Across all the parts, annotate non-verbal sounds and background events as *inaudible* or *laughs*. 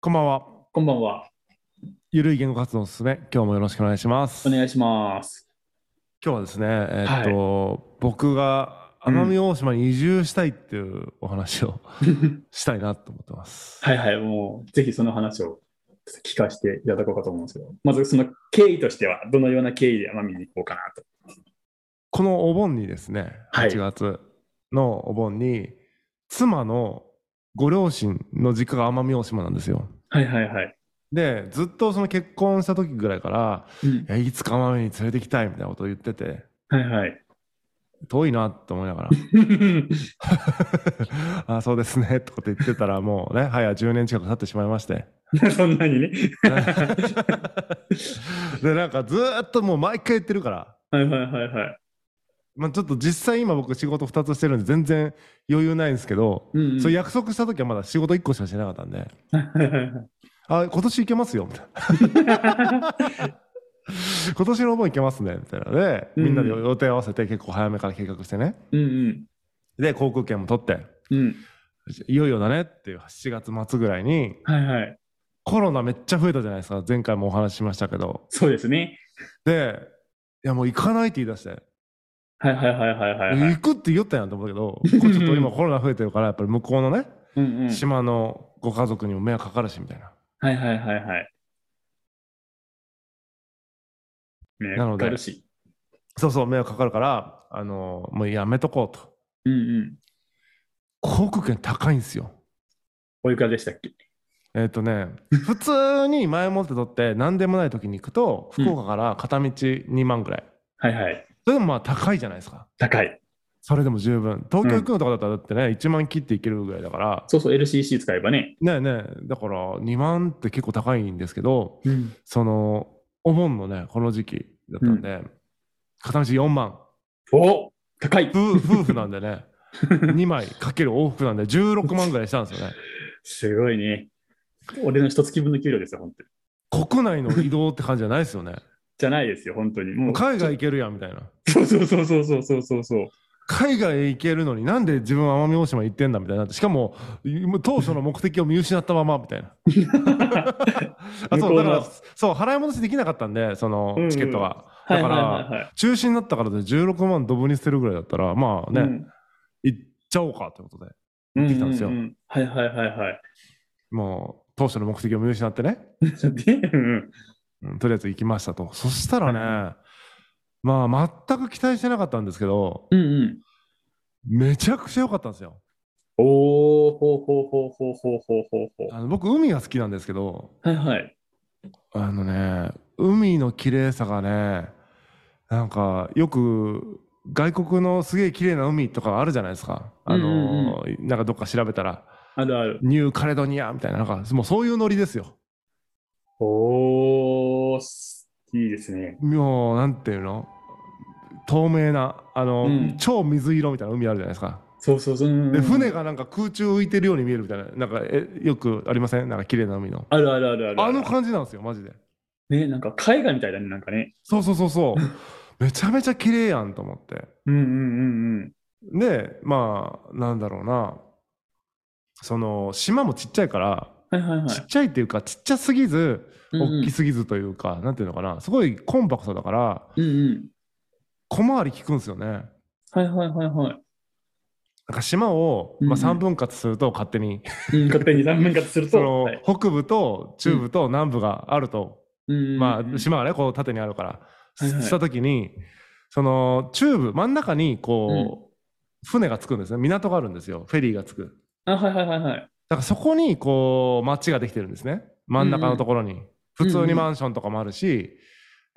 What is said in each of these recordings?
こんばんは。こんばんは。ゆるい言語活動ですね。今日もよろしくお願いします。お今願いします。 *laughs* 日はですね、えーっと、僕が奄美大島に移住したいっていうお話をしたいなと思ってます。はいはい、もうぜひその話を聞かせていただこうかと思うんですけど、まずその経緯としては、どのような経緯で奄美に行こうかなと。このお盆にですね、はい8月のお盆に、妻のご両親の実家が奄美大島なんですよ。はいはいはい。で、ずっとその結婚した時ぐらいから、うんいやいつか奄美に連れてきたいみたいなことを言ってて、はいはい。 *laughs* 遠いなと思いながら、 *laughs* あそうですねとかって言ってたらもうね早10年近く経ってしまいまして *laughs* そんなにね。でなんかずーっともう毎回言ってるから、はいはいはいはい。まあ、ちょっと実際今僕仕事2つしてるんで全然余裕ないんですけど、うんうんそういう約束した時はまだ仕事1個しかしてなかったんではいはいはいあ今年行けますよみたいな *laughs* 今年のお盆行けますねみたいなでみんなで予定合わせて結構早めから計画してねうんで航空券も取ってうん。うん。いよいよだねっていう7月末ぐらいにはいはい。コロナめっちゃ増えたじゃないですか前回もお話ししましたけどそうですね。でいやもう行かないって言い出して、はいはいはいはいはいはい。行くって言ったやんと思ったけどこれちょっと今コロナ増えてるからやっぱり向こうのね、うんうん。島のご家族にも迷惑かかるしみたいなはいはいはいはい。ね、なので軽し。そうそう迷惑かかるからあのもうやめとこうとうんうん。航空券高いんですよおいくらでしたっけえっ、とね普通に前もって取って何でもない時に行くと福岡から片道2万ぐらい、はいはい。それでもまあ高いじゃないですか高い。それでも十分東京行くのとかだったらだってね、1万切っていけるぐらいだからそうそう、LCC 使えばね。ねえねえだから2万って結構高いんですけどうん。そのお盆のねこの時期だったんで、片道4万お高い夫夫婦なんで *laughs* ね2枚かける往復なんで16万ぐらいしたんですよねすごいね。俺の一月分の給料ですよ、本当に。国内の移動って感じじゃないですよねじゃないですよ、本当に。もう海外行けるやんみたいなそうそうそうそうそうそうそうそう。海外へ行けるのになんで自分は奄美大島行ってんだみたいになってしかも当初の目的を見失ったままみたい *laughs* なあ向そこうだうのからそう払い戻しできなかったんでそのうんうんチケットが、はだいかはら、いはいはい。中止になったからで16万ドブに捨てるぐらいだったらまあね、うん行っちゃおうかということでうんってきたんですよううはいはいはいはい。もう当初の目的を見失ってね、で、うんうんとりあえず行きましたとそしたらね、まあ全く期待してなかったんですけどうんうん。めちゃくちゃ良かったんですよおー、ほうほうほうほうほうほうほうほあの僕海が好きなんですけどう。はいはい。あのね海の綺麗さがねなんかよく外国のすげえ綺麗な海とかあるじゃないですかあの、なんかどっか調べたらあるある。ニューカレドニアみたいななんかもうそういうノリですよおー、いいですね。もうなんていうの透明なあの、うん超水色みたいな海あるじゃないですかそうそうそう。うんうんで船がなんか空中浮いてるように見えるみたいななんかえよくありませんなんか綺麗な海のあるあるあるある。あの感じなんですよマジでね、なんか絵画みたいだね、なんかね。そうそうそうそう *laughs* めちゃめちゃ綺麗やんと思ってうんうんうんうん。でまあなんだろうなその島もちっちゃいから、はいはいはい。ちっちゃいっていうかちっちゃすぎず大きすぎずというか、なんていうのかなすごいコンパクトだからうんうん。小回り効くんですよねなんはいはいはいはい。 *laughs* か島を、うんうまあ、ん3分割すると勝手に、うん、勝手に三分割するそと。のはい北部と中部と南部があると、うんうんうんまあ、島がねこう縦にあるから、はいはいした時にその中部真ん中にこう、船がつくんですね港があるんですよフェリーがつくあ、はいはいはいはい。だからそこにこう街ができてるんですね真ん中のところに、普通にマンションとかもあるし、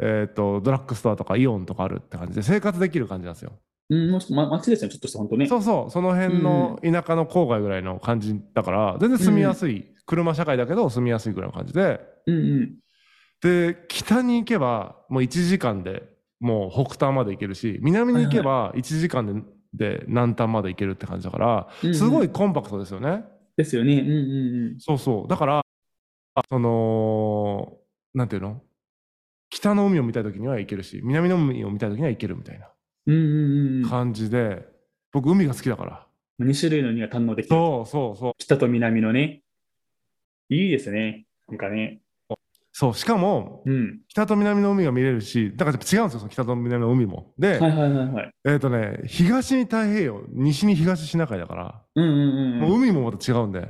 えー、とドラッグストアとかイオンとかあるって感じで生活できる感じなんですよ、うん、もうちょっと、ま、街ですね、ちょっとした、本当ね。そうそうその辺の田舎の郊外ぐらいの感じだから全然住みやすい、車社会だけど住みやすいぐらいの感じでうんうん。で北に行けばもう1時間でもう北端まで行けるし南に行けば1時間で,、で南端まで行けるって感じだからうんうんすごい。コンパクトですよね、ですよね。うんうんそうそうだからあそのなんていうの北の海を見たい時には行けるし南の海を見たい時には行けるみたいうん。うんうんうんな感じで、僕海が好きだからうん。2種類のにが堪能できる。そうそうそう北と南のね。いいですね。なんかね。そう、しかも、うん。北と南の海が見れるし、だから違うんですよ、その北と南の海も。で、はいはいはいはい。えっ、とね、東に太平洋、西に東シナ海だから、うんうんうん。もう海もまた違うんで、は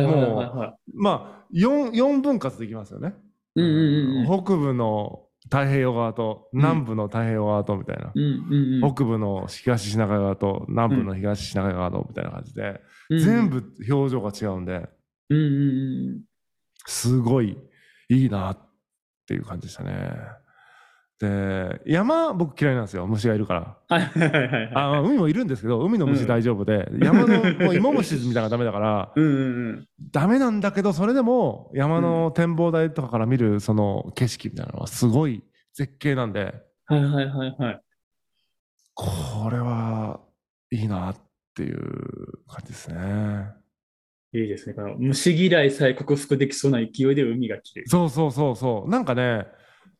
いはいはいはまあ、4, 四分割できますよね。い。うんうんうん。北部の太平洋側と、南部の太平洋側とみたいな。うんうんうん。北部の東シナ海側と南部の東シナ海側とみたいな感じで、うん全。部表情が違うんでうんうんうん。すごいいいなっていう感じでしたねで山僕嫌いなんですよ虫がいるからはいはいはいはいは *laughs* い。あまあ海もいるんですけど海のう虫ん大丈夫で、山のもう芋虫みたいなのがダメだからうんうんうん。ダメなんだけどそれでも山の展望台とかから見るその景色みたいなのはすごい絶景なんではいはいはいはい。これはいいなっていう感じですね。いいですね。この虫嫌いさえ克服できそうな勢いで海が綺麗。そうそうそうそう。なんかね、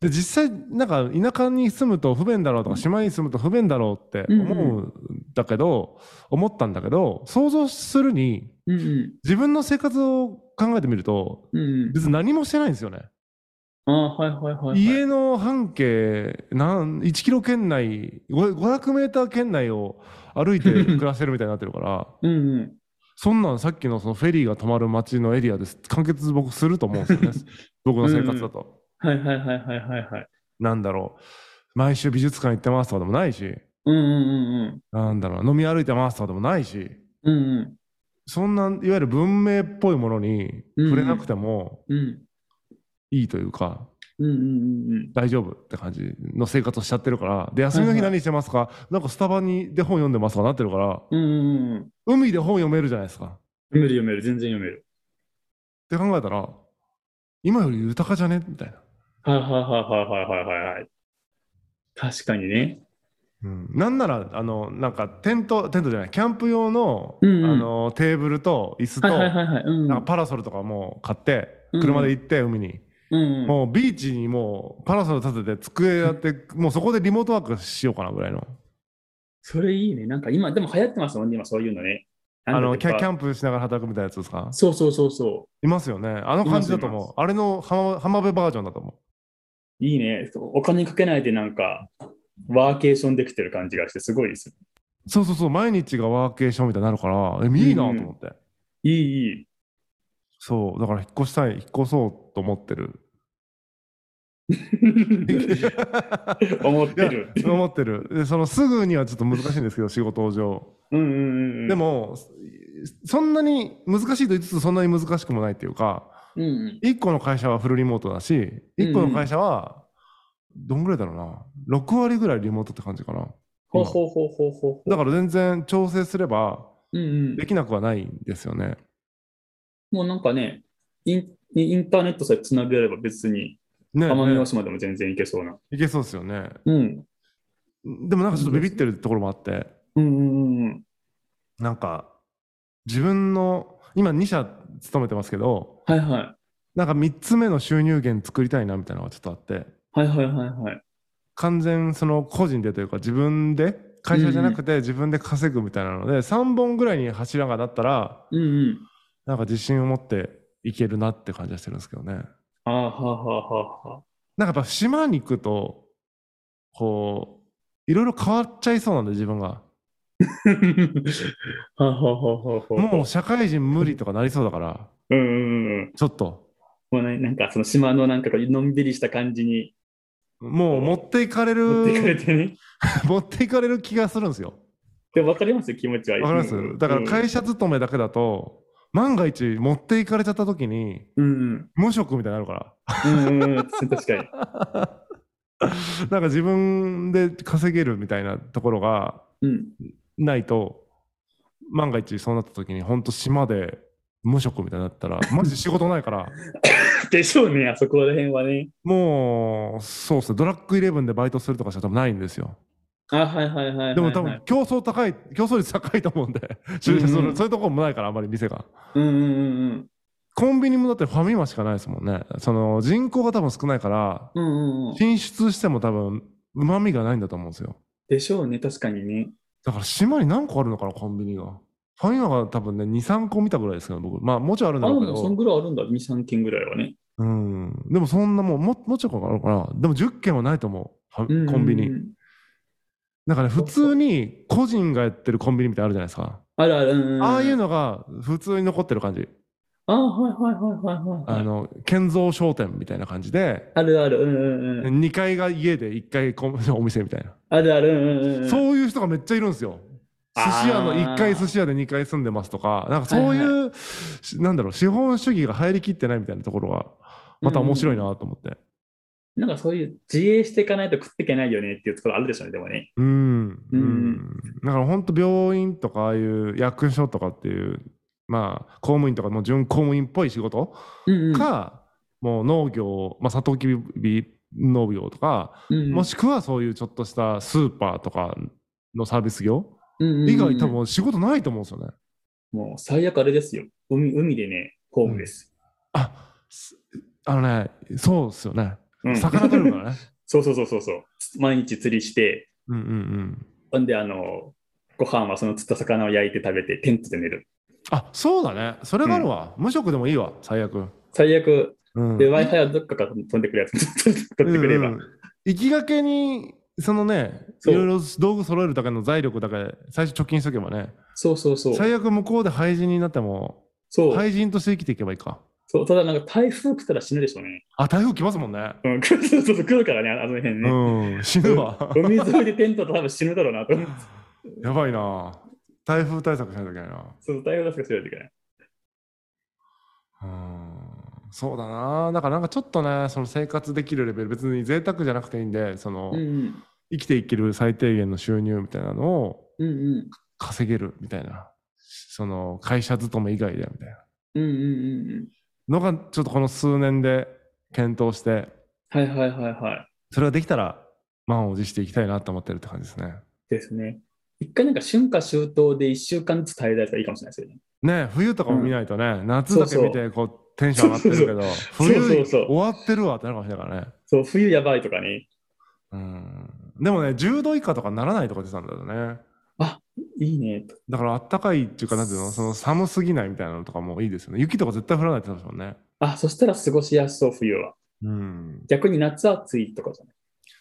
で実際、なんか田舎に住むと不便だろうとか、島に住むと不便だろうって思うんだけど、思ったんだけど、想像するに、うんうん。自分の生活を考えてみると、うんうん。別に何もしてないんですよね。ああ、はいはいはいはい。家の半径なん1キロ圏内、5 500メーター圏内を歩いて暮らせるみたいになってるから、うんうん。そんなんさっきのそのフェリーが止まる街のエリアです。完結僕すると思うんですよね。僕の生活だと。はいはいはいはいはいはい。なんだろう、毎週美術館行ってますとかでもないし、うんうんなんだろう、飲み歩いてますとかでもないし、うんうん。うんそんな、いわゆる文明っぽいものに触れなくてもうん。うん。いいというか、うんうんうんうん。大丈夫って感じの生活をしちゃってるから、で、休みの日何してますか、なんかスタバにで本読んでますとかなってるから、うんうんうん。海で本読めるじゃないですか。っ読める読める、全然読める。て考えたら、今より豊かじゃねみたいな。はいはいはいはいはいはいはいはい。確かにね。うん、なんならあのなんかテントテントじゃないキャンプ用の,、うんうんあのテーブルと椅子と、はいはいはいはい。うん。なんかパラソルとかも買ってうん車で行って海に、うんうん。もうビーチにもうパラソル立てて机やって、もうそこでリモートワークしようかなぐらいのそれいいね。なんか今、でも流行ってますもんね、今そういうのね。あのキャキャンンプしながら働くみたいなやつですかそうそうそうそいますよねあの感じだといますい思まうあれの浜浜辺バージョンだと思う。いいね。そうお金かけないでなんか、ワーケーションできてる感じがして、すごいです。うそうそうそう毎日がワーケーションみたいになるからえいいなと思って、いい、いい。そうだから引っ越したい引っ越そうと思って *laughs* る思ってる。思ってるでそのすぐにはちょっと難しいんですけど仕事上うんうんうん。で、もそんなに難しいと言いつつそんなに難しくもないっていうかうんうん。 1個の会社はフルリモートだし1個の会社はどんぐらいだろうな6割ぐらいリモートって感じかなほうほうほうほうほう。だから全然調整すればうんうんで。きなくはないんですよねもうなんかね、インインターネットさえつなげれば別に、ね奄美ね大島でも全然いけそうな。いけそうですよねうん。でもなんかちょっとビビってるところもあってうんうんうんうん。なんか自分の今2社勤めてますけどはいはい。なんか3つ目の収入源作りたいなみたいなのがちょっとあってはいはいはいはい。完全その個人でというか自分で会社じゃなくて自分で稼ぐみたいなので3本ぐらいに柱がなったらうんうん。なんか自信を持っていけるなって感じはしてるんですけどねああ、はあはあはあはあ。なんかやっぱ島に行くとこういろいろ変わっちゃいそうなんで自分が *laughs* はあはあはあはあ。もう社会人無理とかなりそうだからう、うんうんうん。ちょっともうね、なんかその島のなんかこうのんびりした感じにもう持っていかれ持っていかれるてね。持っていかれる気がするんですよでも分かりますよ、気持ちは。わかりますうんうんだから会社勤めだけだと万が一持っていかれちゃった時にうんうん。無職みたいになるからうんうんうん。確かに。なんか自分で稼げるみたいなところがうん。ないと万が一そうなった時にほんと島で無職みたいになったらマジ仕事ないから *laughs* でしょうね、あそこら辺はね。もうそうっすねドラッグイレブンでバイトするとかしか多分ないんですよあ、はいはいはいはい、はい。でも多分競争高い競争率高いと思うんで *laughs* それそういうとこもないからあんまり店がうんうんコンビニもだってファミマしかないですもんねその人口が多分少ないからうんうん。うんうんうん。進出しても多分うまみがないんだと思うんですよでしょうね、確かにね。だから島に何個あるのかなコンビニがファインアワー多分ね、2、3個見たぐらいですけど、僕。まあ、もうちょいあるんだあ、ろでうけもそんど。ぐらいあるんだ。2、3件ぐらいはね。うん。でもそんなもん、ももうちょいかあるかな。でも10件はないと思うファうんうんうミ。んコンビニ。。だから、ね、そ普っかそっか通に個人がやってるコンビニみたいなのあるじゃないですか。あるある。んんんああいう。のが普通に残ってる感じ。ああ、はいはいはいはいはい。あの、建造商店みたいな感じで、あるある。うんうんうん。 2階が家で1階コン *laughs* お店みたいな。あるある。うんうんうん。そういう人がめっちゃいるんですよ。寿司屋のあー1階寿司屋で2階住んでますとか、なんかそういう、はしなんだろう、資本主義が入りきってないみたいなところが、また面白いなと思って。なんかそういう自衛していかないと食っていけないよねっていうところあるでしょうね、でもね。うん。うんだから本当病院とか、ああいう役所とかっていう、まあ、公務員とかの準公務員っぽい仕事うんうん、か、もう農業、まあ、サトウキビ農業とか、うんうん、もしくはそういうちょっとしたスーパーとかのサービス業うんうんうん以外多分仕事ないと思うんですよね。もう最悪あれですよ。海海でね、ホームです。あ、すあのね、そうですよね。うん魚取るからね。 *laughs* そうそうそうそうそう。つ毎日釣りして、うんうんうん。ほんで、あの、ご飯はその釣った魚を焼いて食べて、テントで寝る。あ、そうだね。それがあるわ。無職でもいいわ、最悪。最悪、うん。で、Wi-Fi はどっかから飛んでくるやつ *laughs* 取ってくれば。うんうん行きがけに、そのね、いそうろいろ道具揃えるだけの財力だけ、最初貯金しとけばね。そうそうそう。最悪向こうで廃人になっても、そう,、廃人として生きていけばいいか。そう。ただ、なんか台風来たら死ぬでしょうね。あ、台風来ますもんね。うん、 *laughs* そうそうそう、来るからね、あの辺ね。うん、死ぬ *laughs* わ。海沿いでテントと多分死ぬだろうなと思って。 *laughs* やばいな。台風対策しないといけないな。そう、台風だけしないといけない。うんそうだな。だからなんかちょっとね、その生活できるレベル、別に贅沢じゃなくていいんで、その、うんうん。生きていける最低限の収入みたいなのをうんうん。稼げるみたいな、その会社勤め以外でみたいなうんうんうんうん。のが、ちょっとこの数年で検討して、はいはいはいはい。それができたら満を持していきたいなと思ってるって感じですね。ですね。一回なんか春夏秋冬で一週間ずつ耐えられたらいいかもしれないですよね。ね冬とかも見ないとね、夏だけ見てこうテンション上がってるけど、うそうそう冬そう終わってるわってなるかもしれないからね。そう、冬やばいとかね。うん。でもね、10度以下とかならないとか出てたんだよね。いいねと。だからあったかいっていうか、なんていうの、その寒すぎないみたいなのとかもいいですよね。雪とか絶対降らないって言ってましたもんね。あ、そしたら過ごしやすそう、冬は。うん。逆に夏暑いとかじゃない。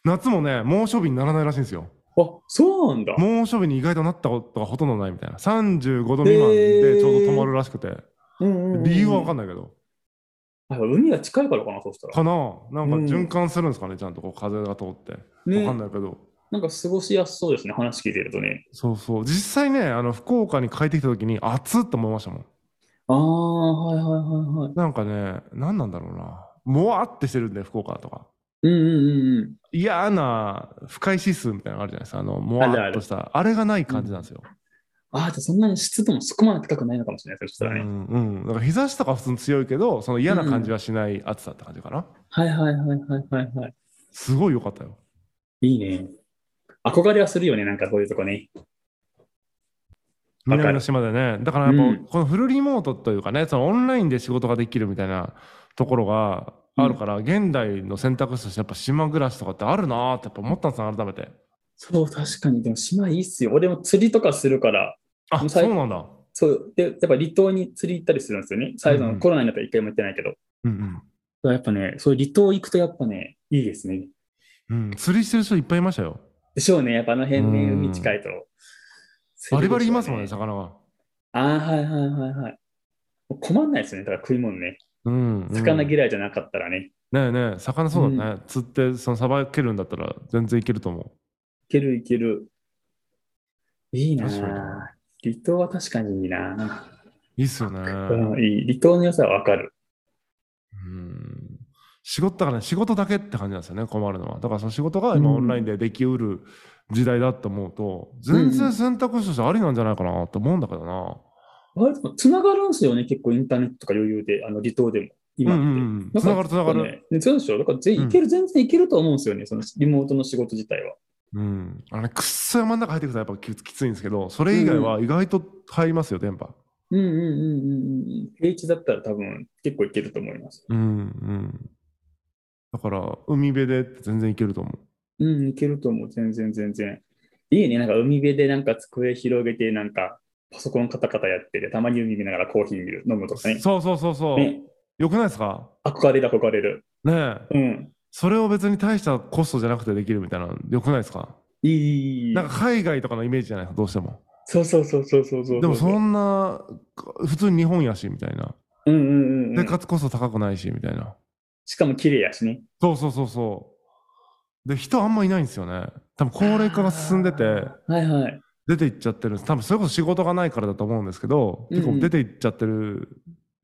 夏もね、猛暑日にならないらしいんですよ。あ、そうなんだ。猛暑日に意外となったことがほとんどないみたいな。35度未満でちょうど止まるらしくて。うんうん、理由は分かんんないけど。ない。あ海が近いからかな、そうしたら。かななんか循環するんですかね、ちゃんとこう風が通って。分ねかんないけど。なんか過ごしやすそうですね、話聞いてるとね。そうそう。実際ね、あの、福岡に帰ってきた時に暑っと思いましたもん。ああ、はいはいはいはい。なんかね、何なんだろうな。もわってしてるんで、福岡とか。うんうんうん嫌な不快指数みたいなのがあるじゃないですか。あの、もわっとした。あれがない感じなんですよ。うん。ああ、じゃあそんなに湿度もそこまで高くないのかもしれないですね、そしたらね。うんうん、だから日差しとかは普通に強いけどその嫌な感じはしない暑さって感じかな、はいはいはいはいはいはい。すごい良かったよいいね。憧れはするよね、なんかそういうとこね。わかる南の島でねだからやっぱ、うんこのフルリモートというかねそのオンラインで仕事ができるみたいなところがあるから、現代の選択肢としてやっぱ島暮らしとかってあるなーってやっぱ思ったんですよ改めてそう、確かに。でも島いいっすよ。俺も釣りとかするから、あ最そうなんだそう、で、やっぱ離島に釣り行ったりするんですよね。最後うんうのんコロナになったら一回も行ってないけど。うんやっぱね、そういう離島行くとやっぱね、いいですね。うん、うん、釣りしてる人いっぱいいましたよでしょうね。やっぱあの辺ね、うん海近いと。バリバリいますもんね釣りでしょう魚がああ、はいはいはいはい。もう困んないですね。だから食い物ね。うん、うん、魚ね嫌いじゃなかったらね、いえねえ魚そうだね、釣ってそのさばけるんだったら全然いけると思うけるいける。いいなあ確かに離島は確かにいいなあいいっすよね、うん、いい。離島の良さはわかる。うん仕事だからね仕事だけって感じなんですよね困るのはだからその仕事が今うんオンラインでできうる時代だと思うと、全然選択肢としてありなんじゃないかなと思うんだけどな、割とつながるんですよね。結構インターネットとか余裕で、あの離島でも。うん今って。うんうんつながるつながる、ね、そうでしょだからぜうんいける、全然いけると思うんですよね、そのリモートの仕事自体は。うんあのねくっそ山の中入ってくるとやっぱききついんですけどそれ以外は意外と入りますよ電波うんうんうんうんうん。平地だったら多分結構いけると思います。うんうんだから海辺でって全然いけると思ううん、いけると思う。全然全然。いいね。なんか海辺でなんか机広げて、なんかパソコンカタカタやってて、たまに海見ながらコーヒー見る飲むとかね。そうそうそうそう、ねよくないですか憧れる憧れる。ねえうん。それを別に大したコストじゃなくてできるみたいなのよくないですかいいいい。なんか海外とかのイメージじゃないですかどうしてもそうそうそうそうそうそう。でもそんな普通に日本やしみたいなうんうんうんう生ん。活コスト高くないしみたいなしかも綺麗やしね。そうそうそうそうで人あんまいないんですよね多分高齢化が進んでてはいはい。出ていっちゃってるんです多分それこそ仕事がないからだと思うんですけど、うんうん結構出ていっちゃってる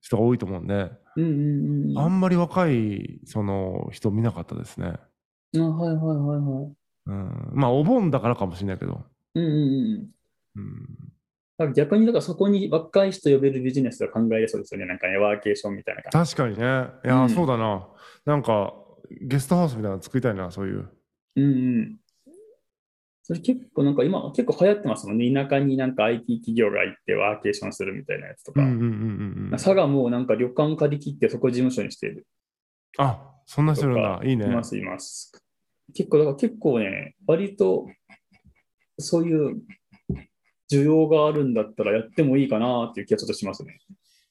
人が多いと思うんで、うんうんうん。あんまり若いその人見なかったですね、あはいはいはいはい。うん、まあお盆だからかもしれないけど、うんうんうん。うん、だから逆に、だからそこに若い人呼べるビジネスが考えれそうですよね。なんかね、ワーケーションみたいな感確かにねいやー、うんそうだななんかゲストハウスみたいなの作りたいなそういうじ。うんうん。それ結構なんか今、結構流行ってますもんね。田舎になんか IT 企業が行ってワーケーションするみたいなやつとうか。んうんうんうん佐賀もなんか旅館借り切ってそこ事務所にしてる。あそんな人いるんとだいいねいます、います。結構、だから結構ね、割とそういう需要があるんだったらやってもいいかなっていう気がちょっとしますね。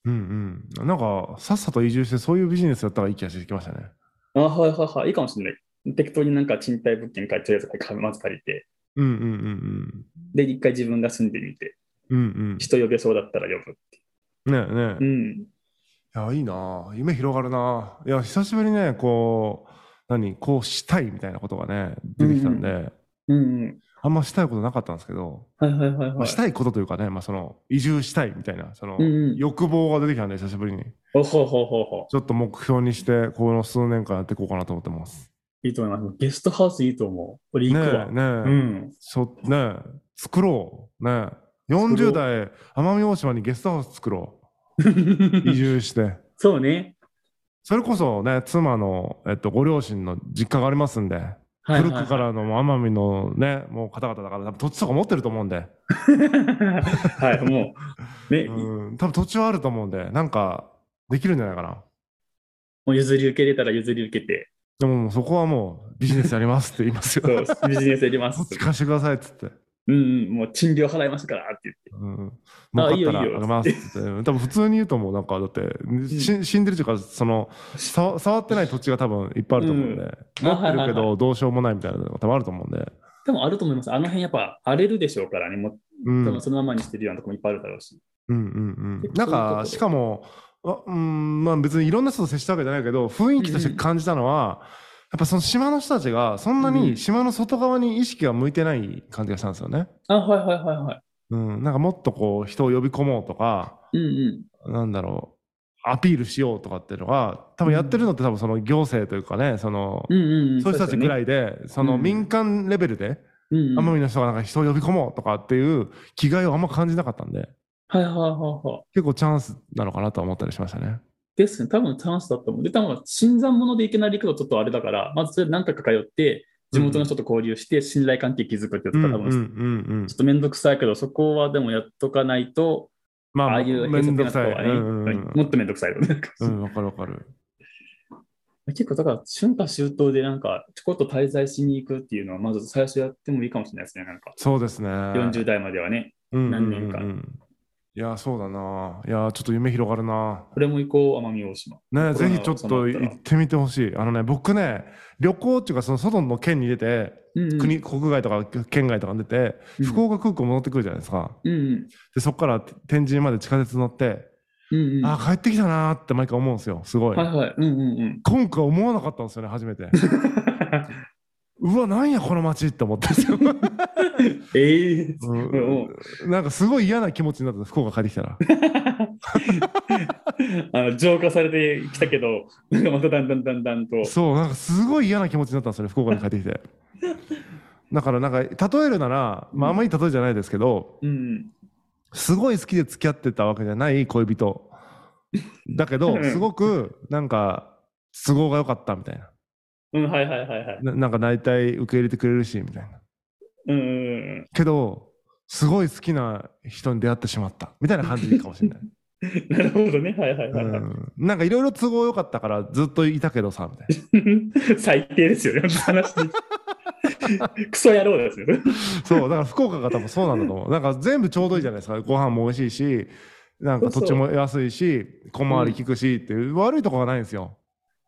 うんうんなんかさっさと移住してそういうビジネスやったらいい気がしてきましたねあ、はいはいはい、いいかもしれない。適当になんか賃貸物件買いとりあえず買いまず借りて、うんうんうんで、一回自分が住んでみて、うんうん人呼べそうだったら呼ぶ。うんねえねえうん。いや、いいなあ夢広がるなあいや、久しぶりね、こう、何、こうしたいみたいなことがね、出てきたんで、うんうん。あんましたいことなかったんですけど、はいはいはいまはあいし。たいことというかね、まあ、その、移住したいみたいな、その、うんうん欲望が出てきたんで、久しぶりに。おほうほうほうほちょっと目標にして、この数年間やっていこうかなと思ってます。う。いいと思います。ゲストハウスいいと思う。俺ね行えくわ。、ねえ、うん。そ、ねえ、作ろう。ねえ、作40ろ代、奄美大島にゲストハウス作ろう。移住して。そうね。それこそね、妻の、えっと、ご両親の実家がありますんで、はいはい古くからのもう奄美のね、もう方々だから、多分土地とか持ってると思うんで、はい、もう、ね、うん、多分土地はあると思うんで、なんかできるんじゃないかな。もう譲り受けれたら譲り受けて、でももうそこはもうビジネスやりますって言いますよ。そうビジネスやります土。地貸してくださいっつって。うんうん、もう賃料払いますからって言って。うん、儲かったらあいいよいいよげますっつって多分普通に言うともうなんかだって、し死んでるというかそのさ触ってない土地が多分いっぱいあると思うんで、持ってるけあはいはいはどどうしようもないみたいなのが多分あると思うんで、いでもあると思います。あの辺やっぱ荒れるでしょうからね、もううん、多分そのままにしてるようなとこもいっぱいあるだろうし。うんうんうん、結構なんそういうとこかろしかもあうんまあ別にいろんな人と接したわけじゃないけど雰囲気として感じたのは、やっぱその島の人たちがそんなうんに島の外側に意識が向いてない感じがしたんですよね。あ、はいはいはいはい。うん、なんかもっとこう人を呼び込もうとかうんうん。なんだろうアピールしようとかっていうのが多分やってるのって多分その行政というかねその、うんうんうん。そういう人たちぐらい。いでそのうん民間レベルでうんうん、奄はい美の人がなんか人を呼び込もうとかっていう気概をあんま感じなかったんではいはいはい。結構チャンスなのかなとは思ったりしましたね。ですね、多分チャンスだったもん。で、多分、新参者でいきなり行くとちょっとあれだから、まずそれ何回か通って、地元の人と交流して、信頼関係築くってやつが多分、うんうんちうんうんょっとめんどくさいけど、そこはでもやっとかないと、まああいうめんどくさい。閉鎖的うなとこんはうねんもっとめんどくさいとなんかうんうん、わかるわかる。結構だから春夏秋冬でなんかちょこっと滞在しに行くっていうのはまず最初やってもいいかもしれないですねなんかそうですね。 40代まではね何年かうんうんうんいや、そうだな。いや、ちょっと夢広がるな。これも行こう奄美大島ね、コロぜナひちょっ収まとったら行ってみてほしい。あのね、僕ね、旅行っていうか、その外の県に出て、うんうん国、国外とか県外とかに出て、うん福岡空港戻ってくるじゃないですか。うんうんで、そこから天神まで地下鉄乗って、うんうんあー、帰ってきたなーって毎回思うんですよ。すごい。はいはいうんうんうん今回思わなかったんですよね、初め *laughs* て。うわ、なんや、この街って思ったんです *laughs* よ。ええうんなんかすごい嫌な気持ちになった福岡帰ってきたら *laughs* あの浄化されてきたけどなんかまただんだんだんだんとそうなんかすごい嫌な気持ちになったんですよね福岡に帰ってきてだからなんか例えるなら、まあ、あんまりいい例えじゃないですけどうんすごい好きで付き合ってたわけじゃない恋人だけうどんすごくなんか都合が良かったみたいなうんはいはいはいはいななんか大体受け入れてくれるしみたいなうんうんうんけどすごい好きな人に出会ってしまったみたいな感じかもしれない、なるほどねはいはいうはいはい、ん、なんかいろいろ *laughs* 都合良かったからずっといたけどさみたいな *laughs* 最低ですよね、話。クソ野郎ですよ。そうだから福岡が多分そうなんだと思うなんか全部ちょうどいいじゃないですかご飯も美味しいしなんか土地も安いし小回り利くしっていう悪いとこがないんですよ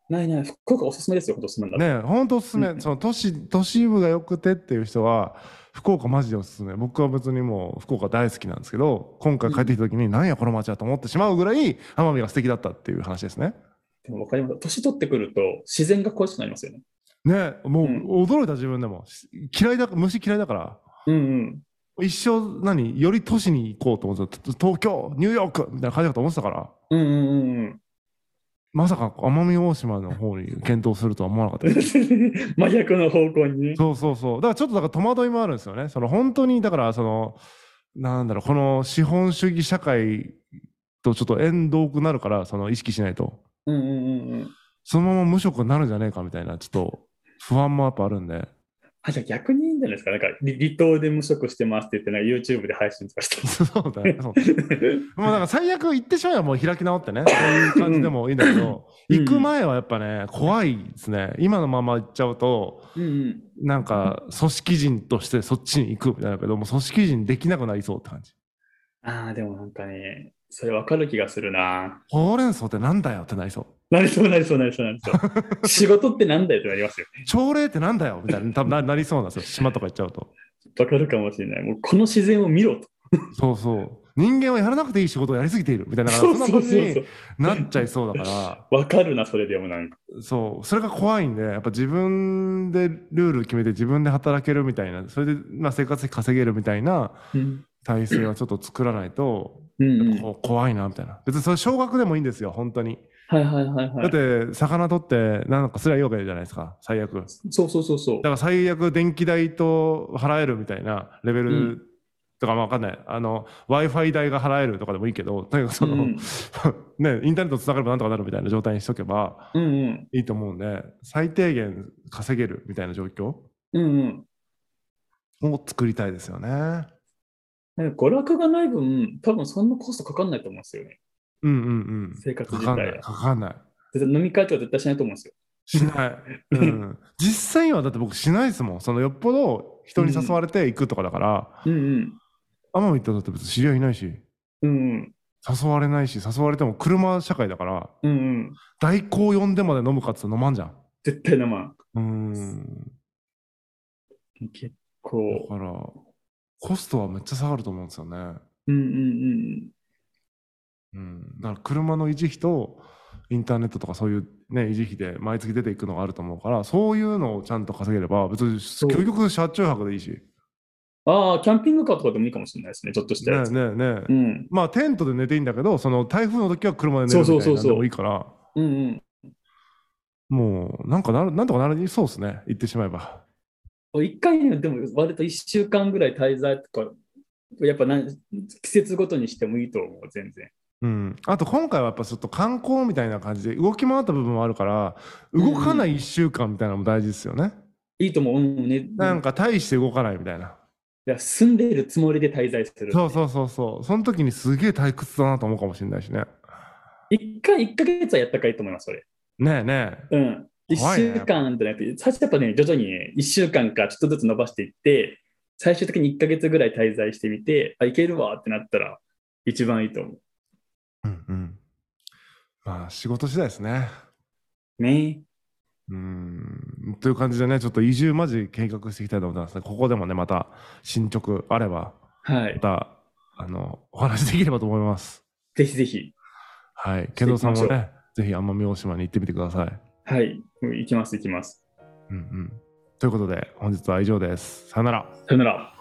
ないない、福岡おすすめですよ、今年なんだったら。ねほんとおすすめ、うんその都市都市部がよくてっていう人は福岡マジでおすすめ僕は別にもう福岡大好きなんですけど今回帰ってきた時に、なんやこの街はと思ってしまうぐらい奄美が素敵だったっていう話ですねでもわかります。年取ってくると自然が恋しくなりますよね。ねもううん驚いた自分でもし嫌いだ虫嫌いだからうんうん。一生何より都市に行こうと思ってた東京ニューヨークみたいな感じだと思ってたからうんうんうんうん。 *laughs* まさか奄美大島の方に検討するとは思わなかった *laughs* です真逆の方向にね。そうそうそうだからちょっとだから戸惑いもあるんですよねその本当にだからそのなんだろうこの資本主義社会とちょっと縁遠くなるからその意識しないとうんうんうんうん。そのまま無職になるんじゃねえかみたいなちょっと不安もやっぱあるんであ、じゃあ逆にいいんじゃないですか。なんか、離離島で無職してますって言って、なんか YouTube で配信とかして。 *laughs* そうだねそうもうなんか最悪行ってしまえばもう開き直ってね、そういう感じでもいいんだけど、うん行く前はやっぱね、怖いですね。今のまま行っちゃうと、うんうん。なんか組織人としてそっちに行くみたいなけど、もう組織人できなくなりそうって感じ。ああ、でもなんかね、それわかる気がするな。ほうれん草ってなんだよってなりそう。なりそうなりそうなりそうなり *laughs* そう。仕事ってなんだよってなりますよ。朝礼ってなんだよみた *laughs* いな、多分ななりそうなんですよ。島とか行っちゃうと。わかるかもしれない。もうこの自然を見ろと。そうそう。人間はやらなくていい仕事をやりすぎているみたいな、そうそんなそ感うじそうそにう。なっちゃいそうだから。わかるな、それでもなんか。そう、それが怖いんで、やっぱ自分でルール決めて自分で働けるみたいな、それで、まあ、生活費稼げるみたいなうん。体制はちょっと作らないと、うん、うん。こう怖いな、みたいな。別にそれ少額でもいいんですよ、本当に。はいはいはいはだっい。て、魚取って、なんかすりゃいいわけじゃないですか、最悪。だそうそうそうそうか。ら最悪電気代と払えるみたいなレベル、うんとかまあわかんない。あの、Wi-Fi 代が払えるとかでもいいけど、とにかくその、うん *laughs* ね、インターネットつながればなんとかなるみたいな状態にしとけば、うんうん。いいと思うんで最低限稼げるみたいな状況うんうん。を作りたいですよね。なんか娯楽がない分、多分そんなコストかかんないと思うんですよね。うんうん生活うん。自かかん体ない。は。かかんない。絶対飲み会とか絶対しないと思うんですよ。しない。 *laughs* うん、実際にはだって僕しないですもん。そのよっぽど人に誘われて行くとかだから、うんうん。奄美行ったって別に知り合いいないし、うん誘われないし、誘われても車社会だから、うん。うんうん。代行呼んでまで飲むかっつって飲まんじゃん。絶対生。うん。結だ構。から、コストはめっちゃ下がると思うんですよね。うんうんうん、だから車の維持費とインターネットとかそういう、ね、維持費で毎月出ていくのがあると思うからそういうのをちゃんと稼げれば別にう究極車中泊でいいしねうん。ああ、キャンピングカーとかでもいいかもしれないですね。ちょっとしたやえつ。ねえねうえん。まあテントで寝ていいんだけどその台風の時は車で寝るみたいそなうそうそうのそうでもいいからうんうんもうなんかなるなんとかなりそうですね言ってしまえばお。一回ね、でも割と一週間ぐらい滞在とか、やっぱ何季節ごとにしてもいいと思う、全然。うんあと今回はやっぱちょっと観光みたいな感じで動き回った部分もあるから動かない1週間みたいなのも大事ですよね、いいと思う。うん、ね。なんか大して動かないみたいなうんいや住んでいるつもりで滞在する。そうそうそうそうその時にすげえ退屈だなと思うかもしれないしね一回、一ヶ月はやったかいいと思います、それ。ねえねえ。うん。一怖いね週間じゃなくて、最初やっぱね、徐々にね、一週間かちょっとずつ伸ばしていって、最終的に一ヶ月ぐらい滞在してみて、あ、いけるわってなったら、一番いいと思うんうん。まあ仕事次第ですね。う。ね。うん。という感じでね、ちょっと移住マジ計画していきたいと思いますね。ここでもね、また進捗あれば、はまい。た、あの、お話できればと思います。ぜひぜひ。はい。健三さんもしていきまね、ぜひ奄美大島に行ってみてください。はい。うん行きます、行きます。うんうん。ということで、本日は以上です。さよなら。さよなら。